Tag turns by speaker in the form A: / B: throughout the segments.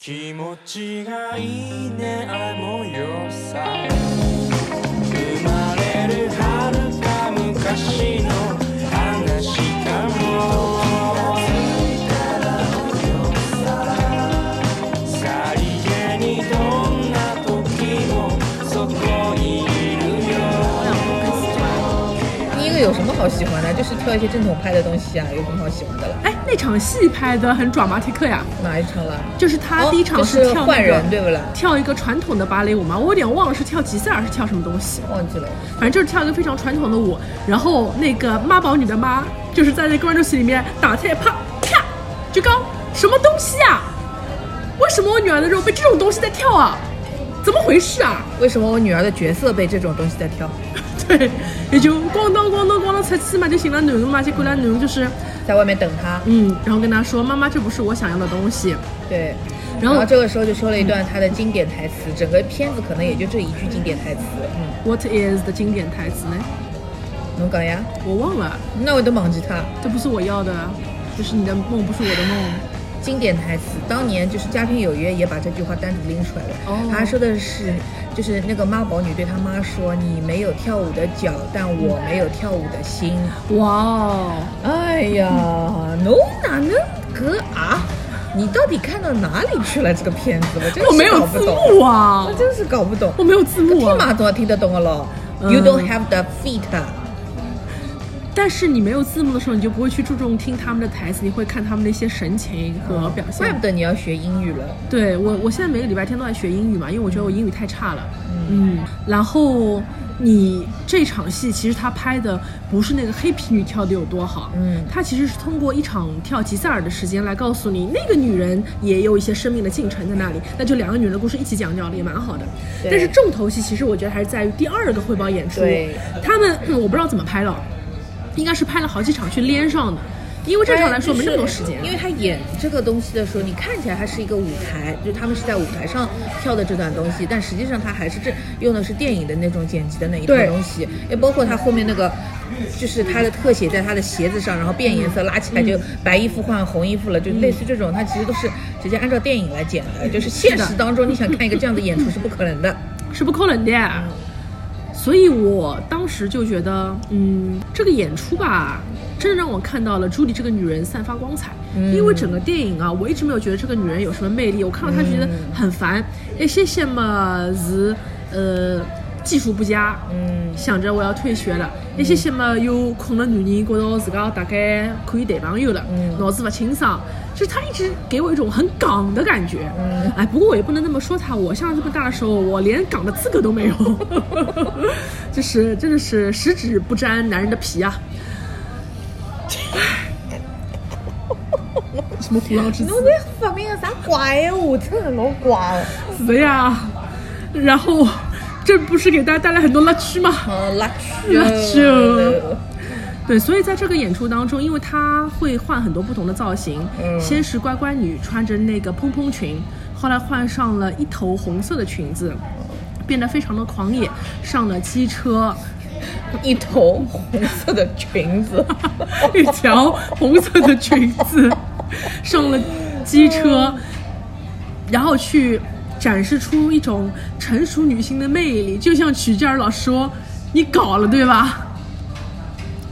A: 気持ちがいいね愛もよさ生まれる遥か昔の話かもさりげにどんな時もそこにいるよ
B: 第一个有什么好喜欢的？就是挑一些正统派的东西啊，有什么好喜欢的了？
C: 哎，那场戏拍的很 dramatic 呀，
B: 哪一场了？
C: 就是他
B: 哦
C: 第一场
B: 就是
C: 跳
B: 换
C: 那个
B: 人对不啦？
C: 跳一个传统的芭蕾舞嘛，我有点忘了是跳吉赛尔是跳什么东西，
B: 忘记了。
C: 反正就是跳一个非常传统的舞。然后那个妈宝女的妈就是在那个观众席里面打菜，啪啪，就刚什么东西啊？为什么我女儿的肉被这种东西在跳啊？怎么回事啊？
B: 为什么我女儿的角色被这种东西在挑？
C: 对，也就咣当咣当咣当出去嘛，就寻了囡恩嘛，结果那囡恩就是
B: 在外面等她，
C: 嗯，然后跟她说妈妈这不是我想要的东西，
B: 对。
C: 然后
B: 这个时候就说了一段她的经典台词，整个片子可能也就这一句经典台词。嗯，
C: What is 的经典台词呢？
B: 侬讲呀？
C: 我忘了，
B: 那我都忘记她。
C: 这不是我要的，这是你的梦，不是我的梦。
B: 经典台词，当年就是《家庭有约》也把这句话单独拎出来了。
C: 哦
B: 他说的是，就是那个妈宝女对她妈说：“你没有跳舞的脚，但我没有跳舞的心。
C: 哇哦，”
B: 哎呀，侬哪能个啊？你到底看到哪里去了？这个片子，我真
C: 我没
B: 是
C: 有
B: 搞不
C: 字
B: 懂，
C: 幕啊
B: 我，真是搞不懂。
C: 我没有字幕
B: 听
C: 啊。
B: 嘛总要听得懂的咯。
C: 嗯
B: You don't have the feet。啊
C: 但是你没有字幕的时候，你就不会去注重听他们的台词，你会看他们的一些神情和
B: 嗯
C: 表现。
B: 怪不得你要学英语了。
C: 对我，我现在每个礼拜天都在学英语嘛，因为我觉得我英语太差了。嗯，然后你这场戏其实他拍的不是那个黑皮女跳的有多好，
B: 嗯
C: 他其实是通过一场跳吉赛尔的时间来告诉你，那个女人也有一些生命的进程在那里，那就两个女人的故事一起讲讲了，也蛮好的。
B: 对
C: 但是重头戏其实我觉得还是在于第二个汇报演出
B: 对，
C: 他们、嗯我不知道怎么拍了，应该是拍了好几场去连上的，因为正常来
B: 哎
C: 说没那么多时间。啊
B: 因为他演这个东西的时候，你看起来它是一个舞台，就他们是在舞台上跳的这段东西，但实际上他还是这用的是电影的那种剪辑的那一套
C: 对
B: 东西，也包括他后面那个。就是他的特写在他的鞋子上，然后变颜色，拉起来就白衣服换红衣服了，就类似这种，他其实都是直接按照电影来剪的。就是现
C: 是的
B: 实当中，你想看一个这样的演出是不可能的。
C: 是不可能的。所以我当时就觉得，嗯，这个演出吧，真让我看到了朱莉这个女人散发光彩。
B: 嗯
C: 因为整个电影啊，我一直没有觉得这个女人有什么魅力，我看到她就觉得很烦。一些些嘛是呃技术不佳，
B: 嗯
C: 想着我要退学了；一些些嘛有空了女人觉得自家大概可以谈朋友了，
B: 嗯
C: 脑子不清爽。就是她一直给我一种很港的感觉。
B: 嗯
C: 哎，不过我也不能那么说她，我像这么大的时候，我连港的资格都没有， 就是真的是十指不沾男人的皮啊。什么虎狼之
B: 侬
C: 词？
B: 这发明个啥怪闲话？真的老怪哦！
C: 死呀！然后这不是给大家带来很多乐趣吗？
B: 啊，拉 去
C: 拉去哦对，所以在这个演出当中，因为她会换很多不同的造型，
B: 嗯
C: 先是乖乖女穿着那个蓬蓬裙，后来换上了一头红色的裙子，变得非常的狂野，上了机车，
B: 一头红色的裙子，
C: 一条红色的裙子，上了机车，然后去展示出一种成熟女性的魅力，就像曲健儿老说：“你搞了，对吧？”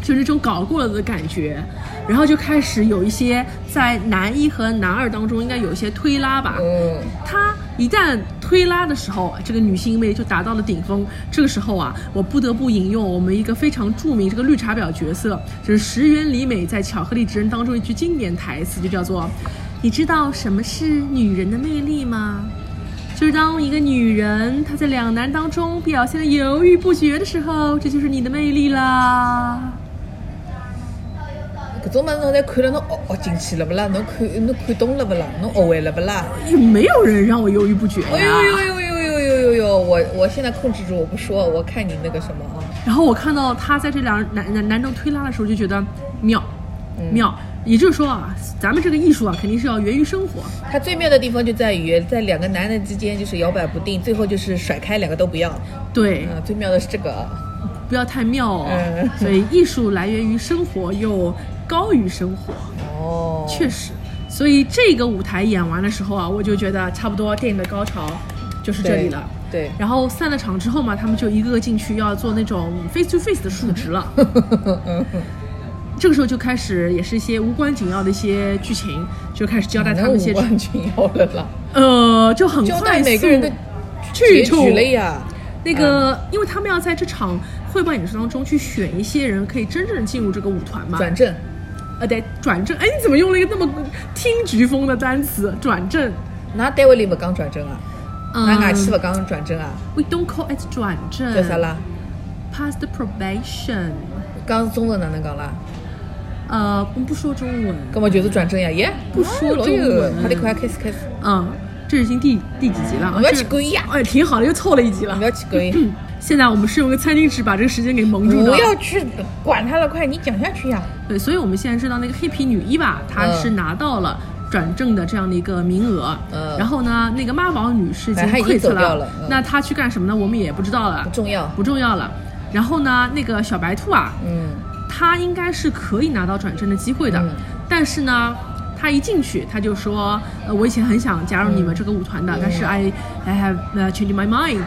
C: 就那种搞过了的感觉，然后就开始有一些在男一和男二当中应该有一些推拉吧，
B: 嗯，
C: 她一旦推拉的时候，这个女性魅力就达到了顶峰。这个时候啊，我不得不引用我们一个非常著名这个绿茶婊角色，就是石原里美在《巧克力职人》当中一句经典台词，就叫做：“你知道什么是女人的魅力吗？”就是当一个女人她在两难当中表现的犹豫不决的时候，这就是你的魅力啦。
B: 搿种物事侬侪看了，侬学学进去了不啦？侬看侬看懂了不啦？侬学会了不啦？
C: 也没有人让我犹豫不决呀、
B: 哎呦呦呦呦呦呦呦呦！我我现在控制住，我不说，我看你那个什么啊？
C: 然后我看到他在这两男男男中推拉的时候，就觉得妙，
B: 嗯
C: 妙。也就是说啊，咱们这个艺术啊，肯定是要源于生活。
B: 它最妙的地方就在于，在两个男人之间就是摇摆不定，最后就是甩开，两个都不要。
C: 对，
B: 嗯，最妙的是这个啊。
C: 不要太妙哦。
B: 嗯
C: 所以艺术来源于生活，又高于生活，
B: 哦，
C: 确实。所以这个舞台演完的时候啊，我就觉得差不多电影的高潮就是这里了。
B: 对对
C: 然后散了场之后嘛，他们就一个个进去要做那种 face to face 的数值了。这个时候就开始也是一些无关紧要的一些剧情，就开始交代他们一些
B: 五万军要了啦，
C: 呃，就
B: 嗯
C: 很
B: 交
C: 快
B: 代
C: 速
B: 每个人的嗯
C: 去
B: 结
C: 处
B: 局了呀。
C: 那个，因为他们要在这场汇报演出当中去选一些人可以真正进入这个舞团嘛，
B: 转正，
C: 呃，对，转正。哎，你怎么用了一个那么听菊风的单词？转正
B: 哪单位里不讲转正啊？
C: 嗯
B: 哪外企不讲转正啊？
C: ，We don't call it 转正，
B: 叫啥啦？
C: ？Past probation。
B: 讲中文哪能讲啦？
C: 呃，我们不说中文，
B: 根本就是转正呀，耶！
C: 不说
B: 老
C: 中
B: 有
C: 文，
B: 快点快开始开始，
C: 嗯，这已经第第几集了啊？
B: 不要
C: 这
B: 去管呀，
C: 哎，挺好的，又凑了一集了
B: 不。要去管，
C: 现在我们是用个餐巾纸把这个时间给蒙住的。
B: 不要去管他了，快你讲下去呀。
C: 对，所以我们现在知道那个黑皮女一吧，她
B: 嗯
C: 是拿到了转正的这样的一个名额。
B: 嗯
C: 然后呢，那个妈宝女是已经
B: 哎她已经
C: 溃
B: 走
C: 退
B: 掉了嗯
C: 那她去干什么呢？我们也不知道了，
B: 不重要
C: 不重要了。然后呢，那个小白兔啊，
B: 嗯，
C: 她应该是可以拿到转正的机会的，
B: 嗯
C: 但是呢。她一进去，她就说：“呃，我以前很想加入你们这个舞团
B: 嗯
C: 的，但是 I I have 呃 changed my mind，、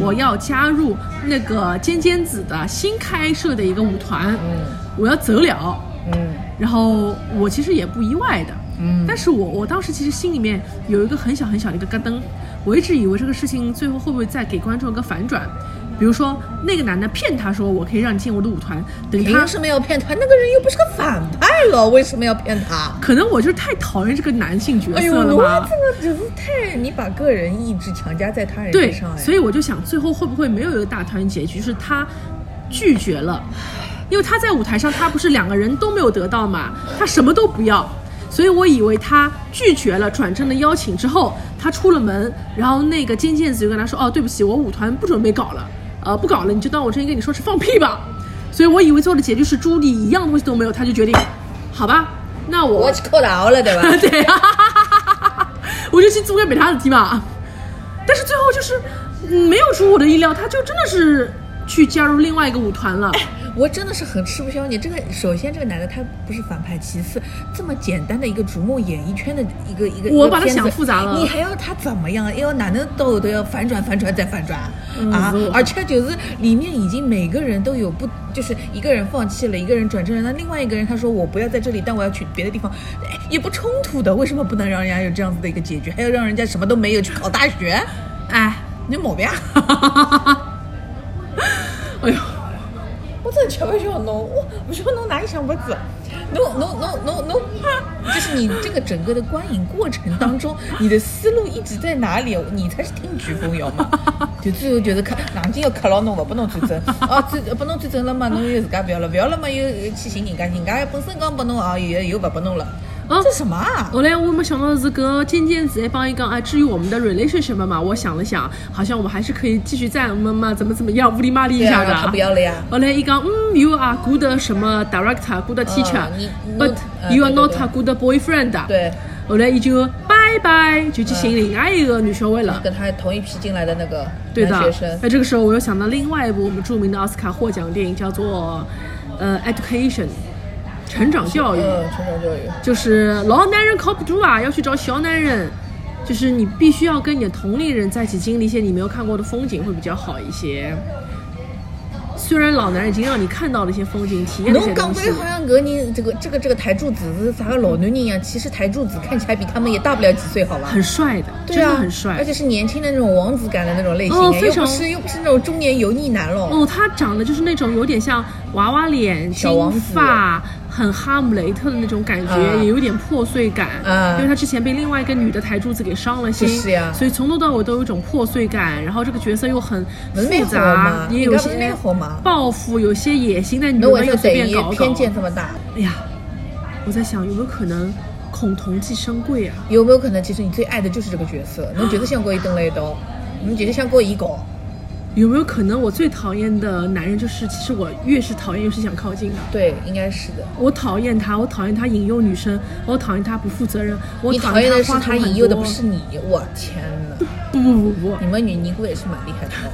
C: 我要加入那个尖尖子的新开设的一个舞团，我要走了。”
B: 嗯
C: 然后我其实也不意外的，
B: 嗯
C: 但是我我当时其实心里面有一个很小很小的一个咯噔，我一直以为这个事情最后会不会再给观众一个反转，比如说那个男的骗他说我可以让你进我的舞团，等他
B: 凭什么要骗他？那个人又不是个反派了，为什么要骗他？
C: 可能我就是太讨厌这个男性角
B: 哎呦，
C: 色了吧。
B: 我这个就是太你把个人意志强加在他人
C: 对
B: 身上，哎，
C: 所以我就想，最后会不会没有一个大团圆结局？是他拒绝了，因为他在舞台上，他不是两个人都没有得到嘛，他什么都不要。所以我以为他拒绝了转正的邀请之后，他出了门，然后那个尖剑子就跟他说：“哦，对不起，我舞团不准备搞了，呃，不搞了，你就当我之前跟你说是放屁吧。”所以我以为最后的结局是朱莉一样东西都没有，他就决定，好吧，那我
B: 我去扣牢了，对吧？
C: 对啊，我就去做个没他的事体嘛。但是最后就是嗯没有出我的意料，他就真的是去加入另外一个舞团了。
B: 我真的是很吃不消你这个。首先，这个男的他不是反派，其次，这么简单的一个逐梦演艺圈的一个一个，
C: 我
B: 一个
C: 把它
B: 片子
C: 想复杂了
B: 你还要他怎么样？哎要哪能到都要反转、反转再反转、啊
C: 嗯是！
B: 而且就是里面已经每个人都有不，就是一个人放弃了，一个人转正了，那另外一个人他说我不要在这里，但我要去别的地方，哎也不冲突的，为什么不能让人家有这样子的一个结局？还要让人家什么都没有去考大学？
C: 哎，
B: 你有毛病啊！
C: 哎呦，
B: 我真的吃不消侬，我不晓得侬哪里想法子，侬侬侬侬侬怕，就是你这个整个的观影过程当中，你的思路一直在哪里？你才是听菊风谣嘛，就最后就是克硬劲要克牢侬，勿拨侬转正，哦，转拨侬转正了嘛，侬又自家不要了，不要了嘛，又又去寻人家，人家本身讲拨侬啊，又又勿拨侬了，
C: 啊
B: 这什么啊？
C: 后来我没想到是个尖尖子还帮一讲，哎，至于我们的 relationship 嘛，我想了想，好像我们还是可以继续在么么怎么怎么样，乌里麻里一
B: 对
C: 下
B: 啊
C: 的。
B: 他不要了呀。
C: 后来伊讲，嗯，you are good 什么 director, good
B: 啊你
C: teacher，but
B: 嗯
C: you
B: 对对
C: are not
B: 对
C: a good boyfriend。
B: 对，嗯
C: 后来伊就拜拜，就去寻另外一个女小孩了。
B: 跟他同一批进来的那个
C: 对
B: 男
C: 的
B: 学生，，
C: 那这个时候我又想到另外一部我们著名的奥斯卡获奖电影，叫做呃《Education》，成长教育，
B: 嗯，成长教育，
C: 就是老男人靠不住啊，要去找小男人，就是你必须要跟你的同龄人在一起经历一些你没有看过的风景，会比较好一些。虽然老男人已经让你看到了一些风景，体验了一些
B: 侬
C: 东
B: 讲
C: 西
B: 的，好像搿人这个这个这个台柱子是啥个老男人一样，其实台柱子看起来比他们也大不了几岁，好吧？
C: 很帅的，
B: 对
C: 真
B: 啊，
C: 的很帅，
B: 而且是年轻的那种王子感的那种类型，
C: 哦非
B: 又
C: 常
B: 不是又不是那种中年油腻男了。
C: 哦，他长得就是那种有点像娃娃脸、
B: 小王
C: 金
B: 子
C: 发，很哈姆雷特的那种感觉，
B: 啊
C: 也有点破碎感。
B: 啊
C: 因为他之前被另外一个女的台柱子给伤了心，
B: 就是啊呀
C: 所以从头到尾都有一种破碎感。然后这个角色又很
B: 文美
C: 复
B: 好
C: 杂
B: 嘛，
C: 也有
B: 人家文
C: 些
B: 美好嘛
C: 抱负，有些野心，但女
B: 侬为
C: 人
B: 啥
C: 又随
B: 对
C: 便
B: 伊
C: 搞搞。
B: 偏见这么大？
C: 哎呀，我在想有没有可能孔同寄生贵啊？
B: 有没有可能其实你最爱的就是这个角色？侬就是想跟伊蹲了一道，侬就是想跟伊搞。
C: 有没有可能我最讨厌的男人就是，其实我越是讨厌越是想靠近的？
B: 对，应该是的。
C: 我讨厌他，我讨厌他引诱女生，我讨厌他不负责任，我
B: 你
C: 讨
B: 讨厌的是
C: 花
B: 他
C: 钱
B: 引诱的不是你，我天哪！
C: 不不不不
B: 你们女尼姑也是蛮厉害的哦，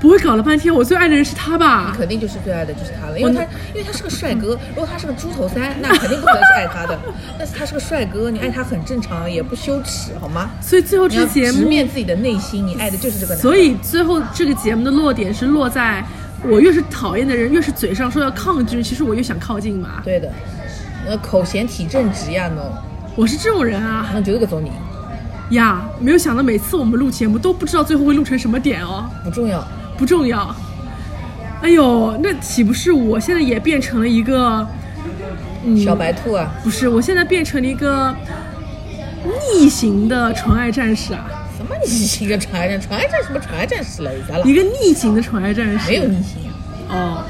C: 不会搞了半天，我最爱的人是他吧？
B: 肯定就是最爱的就是他了，因为他因为他是个帅哥，
C: 嗯
B: 如果他是个猪头三，那肯定不能是爱他的。 但是他是个帅哥，你爱他很正常，也不羞耻，好吗？
C: 所以最后
B: 你
C: 这
B: 要
C: 个节
B: 直
C: 目，
B: 面自己的内心，你爱的就是这个男的。
C: 所以最后这个节目的落点是落在我越是讨厌的人，越是嘴上说要抗拒，其实我越想靠近嘛。
B: 对的，呃，口嫌体正直呀，侬，
C: 我是这种人啊
B: 侬就是搿种人，
C: 呀！没有想到每次我们录节目都不知道最后会录成什么点哦，
B: 不重要。
C: 不重要。哎呦，那岂不是我现在也变成了一个，嗯，
B: 小白兔啊，
C: 不是，我现在变成了一个逆行的纯爱战士啊，
B: 什么逆行啊，传爱战，传爱战什么传爱战士了，咋了
C: 一？个逆行的纯爱战士。
B: 没有逆行啊，
C: 哦，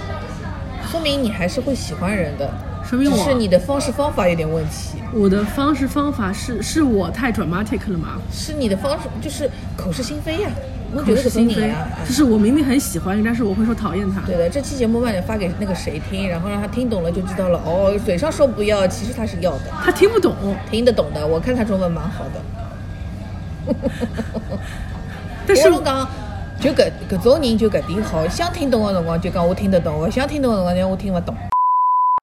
B: 说明你还是会喜欢人的，
C: 说明
B: 只是
C: 我
B: 你的方式方法有点问题，
C: 我的方式方法是是我太 dramatic 了吗？
B: 是你的方式就是口是心非呀，我觉
C: 口
B: 得
C: 是
B: 搿
C: 心
B: 种
C: 非
B: 人啊。，哎
C: 就是我明明很喜欢，但是我会说讨厌他。
B: 对的，这期节目慢点发给那个谁听，然后让他听懂了就知道了。哦，嘴上说不要，其实他是要的，
C: 他听不懂，
B: 听得懂的。我看他中文蛮好的。
C: 但是
B: 我讲，就搿搿种人就搿点好，想听懂的辰光就讲我听得懂，勿想听懂的辰光讲我听勿懂。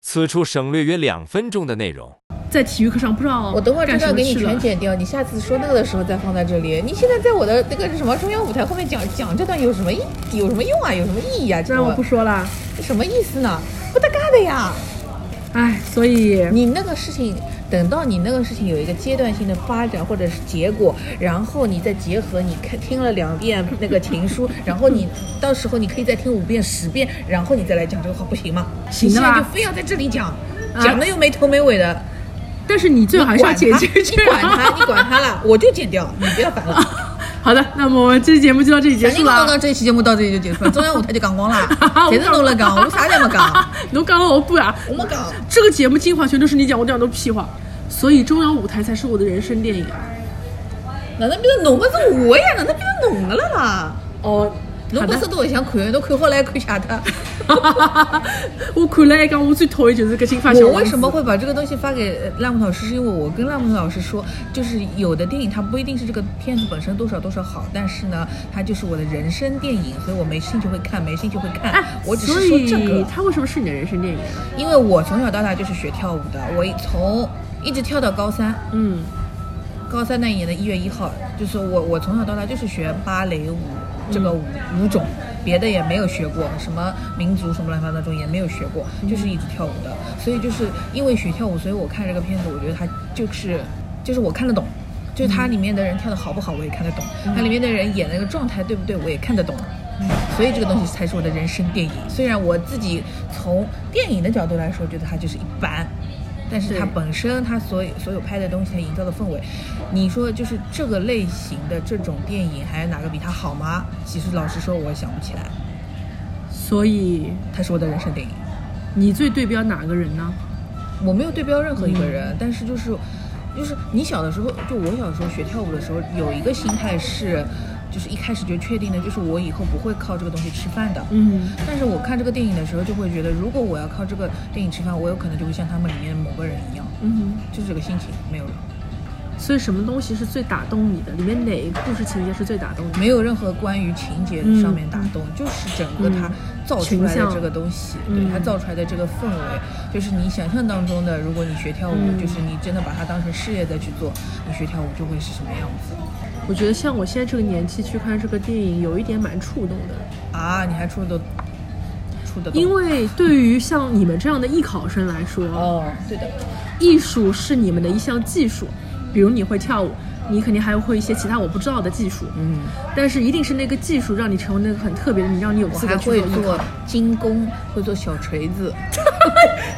A: 此处省略约两分钟的内容。
C: 在体育课上不知道
B: 我等会儿这
C: 干什
B: 段
C: 么
B: 给你
C: 去
B: 全
C: 了。
B: 剪掉，你下次说那个的时候再放在这里。你现在在我的那个什么中央舞台后面讲讲这段有什么意有什么用啊？有什么意义啊？
C: 这
B: 这
C: 样我不说了。
B: 这什么意思呢？不搭嘎的呀！
C: 哎，所以
B: 你那个事情，等到你那个事情有一个阶段性的发展或者是结果，然后你再结合你看听了两遍那个情书，然后你到时候你可以再听五遍十遍，然后你再来讲这个话，不行吗？
C: 行啊
B: 你
C: 的
B: 现
C: 啦
B: 在就非要在这里讲，讲的又没头没尾的，
C: 但是你最好还是要解决
B: 你
C: 这
B: 管
C: 样。
B: 他，你管他 了，我就剪掉，你不要烦了。
C: 啊好的，那么我们这期节目就到这里结
B: 反正
C: 束
B: 刚
C: 了。，
B: 刚这一期节目到这里就结束了，中央舞台就讲光了 谁是弄了讲，我们啥也没讲，，
C: 侬讲了我不啊。
B: 我没讲。
C: 这个节目精华全都是你讲，我讲的都是屁话。所以中央舞台才是我的人生电影啊。
B: 哪能变成侬不是我呀？哪能变成侬的了啦？
C: 哦，
B: 侬不
C: 好
B: 是
C: 的。
B: 都不想看，侬看好了还看下他。
C: 我看了一讲，我最讨厌就是个金发小
B: 我
C: 王
B: 为
C: 子
B: 什么会把这个东西发给呃烂木老师？是因为我跟烂木老师说，就是有的电影它不一定是这个片子本身多少多少好，但是呢，它就是我的人生电影，所以我没兴趣会看，没兴趣会看。
C: 哎，
B: 我只是说这
C: 所以
B: 个，
C: 它为什么是你的人生电影啊？
B: 因为我从小到大就是学跳舞的，我一从一直跳到高三，
C: 嗯
B: 高三那一年的一月一号，就是我我从小到大就是学芭蕾舞这个舞、舞种，别的也没有学过，什么民族什么乱七八糟也没有学过，就是一直跳舞的。所以就是因为学跳舞，所以我看这个片子，我觉得它就是就是我看得懂。就是它里面的人跳的好不好，我也看得懂；它里面的人演的那个状态对不对，我也看得懂。所以这个东西才是我的人生电影。虽然我自己从电影的角度来说，觉得它就是一般，但是它
C: 对
B: 本身它所有所有拍的东西，它营造的氛围，你说就是这个类型的这种电影，还有哪个比它好吗？其实老实说，我想不起来。
C: 所以
B: 它是我的人生电影，
C: 你最对标哪个人呢？
B: 我没有对标任何一个人，但是就是就是你小的时候，就我小时候学跳舞的时候，有一个心态是，就是一开始就确定的，就是我以后不会靠这个东西吃饭的。
C: 嗯，
B: 但是我看这个电影的时候，就会觉得，如果我要靠这个电影吃饭，我有可能就会像他们里面某个人一样，
C: 嗯
B: 就是这个心情没有了，
C: 所以什么东西是最打动你的？里面哪一个故事情节是最打动你的？
B: 没有任何关于情节
C: 嗯
B: 上面打动，就是整个它
C: 嗯
B: 造出来
C: 群
B: 的
C: 像
B: 这个东西，
C: 嗯
B: 对它造出来的这个氛围，就是你想象当中的。如果你学跳舞，
C: 嗯
B: 就是你真的把它当成事业再去做，你学跳舞就会是什么样子
C: 我觉得像我现在这个年纪去看这个电影，有一点蛮触动的，
B: 啊？你还出得出得动？
C: 因为对于像你们这样的艺考生来说，
B: 哦，对的，
C: 艺术是你们的一项技术，比如你会跳舞，你肯定还会一些其他我不知道的技术，
B: 嗯，
C: 但是一定是那个技术让你成为那个很特别的，你让你有
B: 我
C: 资格
B: 还
C: 去
B: 会
C: 艺考
B: 做。精工，会做小锤子，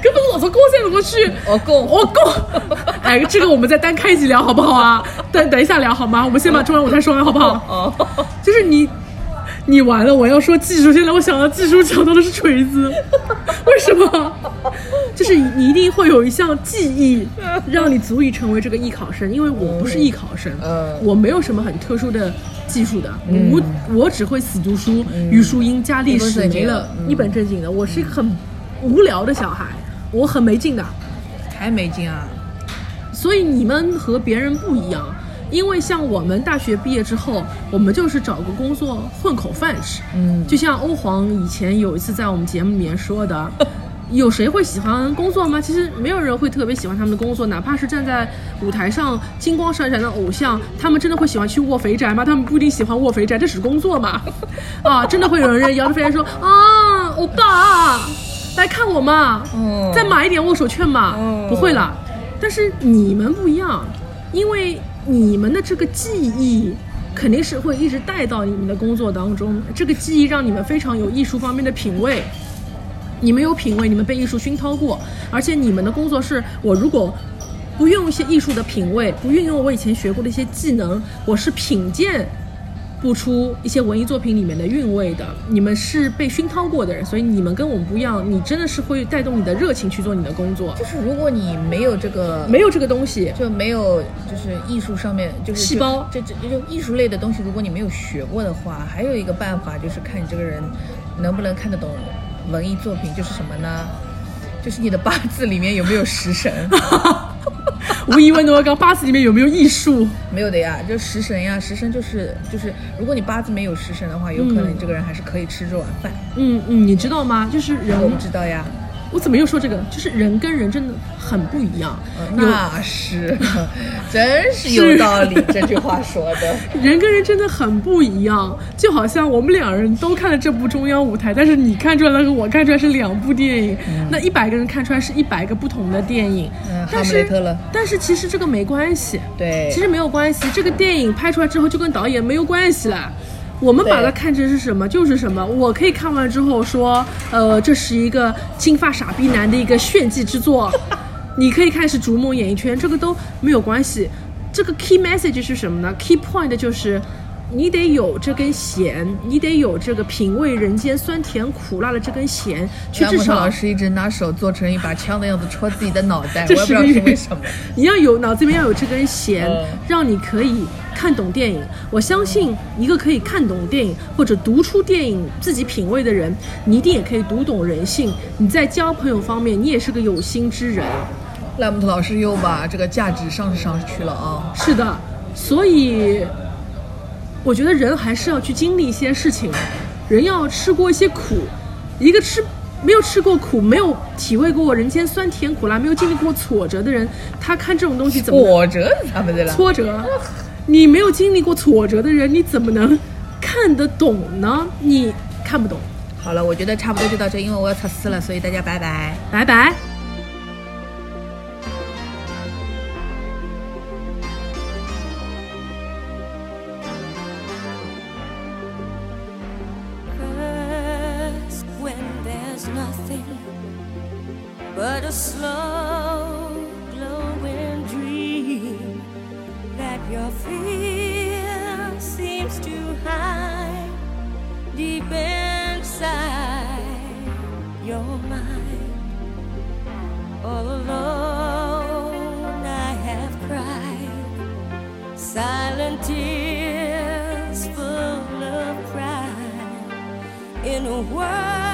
C: 根本我从高三我去，
B: 我供
C: 我够。哎，这个我们再单开一集聊好不好啊？等等一下聊好吗？我们先把中央舞台说完好不好？
B: 哦。
C: 就是你，你完了，我要说技术，现在我想到技术想到的是锤 子，为什么？就是你一定会有一项技艺，让你足以成为这个艺考生，因为我不是艺考生，
B: 嗯
C: 我没有什么很特殊的技术的，我我只会死读书、语数英加历
B: 嗯
C: 史，
B: 一本正经
C: 没了
B: 嗯
C: 一本正经的，我是一个很无聊的小孩，我很没劲的，
B: 还没劲啊？
C: 所以你们和别人不一样。因为像我们大学毕业之后，我们就是找个工作混口饭吃。
B: 嗯
C: 就像欧皇以前有一次在我们节目里面说的， 有谁会喜欢工作吗？其实没有人会特别喜欢他们的工作，哪怕是站在舞台上金光闪闪的偶像，他们真的会喜欢去卧肥宅吗？他们不一定喜欢卧肥宅，这只是工作嘛。 啊，真的会有人摇着飞来说啊，欧巴，来看我嘛，
B: 嗯
C: 再买一点握手券嘛，
B: 嗯
C: 不会了。但是你们不一样，因为你们的这个记忆肯定是会一直带到你们的工作当中，这个记忆让你们非常有艺术方面的品味。你们有品味，你们被艺术熏陶过，而且你们的工作是我如果不运用一些艺术的品味，不运用我以前学过的一些技能，我是品鉴不出一些文艺作品里面的韵味的。你们是被熏陶过的人，所以你们跟我们不一样，你真的是会带动你的热情去做你的工作，
B: 就是如果你没有这个，
C: 没有这个东西。
B: 就没有就是艺术上面就是
C: 细胞
B: 这这这就艺术类的东西，如果你没有学过的话，还有一个办法就是看你这个人能不能看得懂文艺作品，就是什么呢？就是你的八字里面有没有食神？
C: 无疑问的，我刚八字里面有没有艺术？
B: 没有的呀，就食神呀，食神就是就是，如果你八字没有食神的话，有可能
C: 嗯
B: 你这个人还是可以吃这碗饭。
C: 嗯嗯，你知道吗？就是人
B: 我不知道呀，
C: 我怎么又说这个？就是人跟人真的很不一样。
B: 呃
C: 有
B: 那是， 真是有道理，这句话说的。
C: 人跟人真的很不一样，就好像我们两人都看了这部中央舞台，但是你看出来了和我看出来是两部电影，那一百个人看出来是一百个不同的电影。
B: 嗯，哈
C: 但
B: 姆
C: 是
B: 雷特了，
C: 但是其实这个没关系，
B: 对，
C: 其实没有关系，这个电影拍出来之后就跟导演没有关系了。我们把
B: 对
C: 它看成是什么就是什么。我可以看完之后说，呃，这是一个金发傻逼男的一个炫技之作。你可以看是逐梦演艺圈，这个都没有关系。这个 key message 是什么呢？key point 就是你得有这根弦，你得有这个品味人间酸甜苦辣的这根弦，去
B: 詹
C: 至
B: 姆斯
C: 少
B: 老师一直拿手做成一把枪的样子戳自己的脑袋，我也不
C: 这
B: 知
C: 是
B: 道
C: 个
B: 是为什么。
C: 你要有脑子里面要有这根弦
B: 嗯，
C: 让你可以看懂电影。我相信一个可以看懂电影或者读出电影自己品味的人，你一定也可以读懂人性。你在交朋友方面，你也是个有心之人。
B: 赖木头老师又把这个价值上上去了啊！
C: 是的，所以我觉得人还是要去经历一些事情，人要吃过一些苦，一个吃。没有吃过苦，没有体味过人间酸甜苦辣，没有经历过挫折的人，他看这种东西怎么能
B: 我折他们的了，
C: 挫折，你没有经历过挫折的人，你怎么能看得懂呢？你看不懂，
B: 好了，我觉得差不多就到这，因为我要测试了，所以大家拜拜。
C: 拜拜。
D: curse when there's nothing but a slow glowing dream that your fear seems to hide deep inside your mind. All alone, I have cried silent tears full of pride in a world.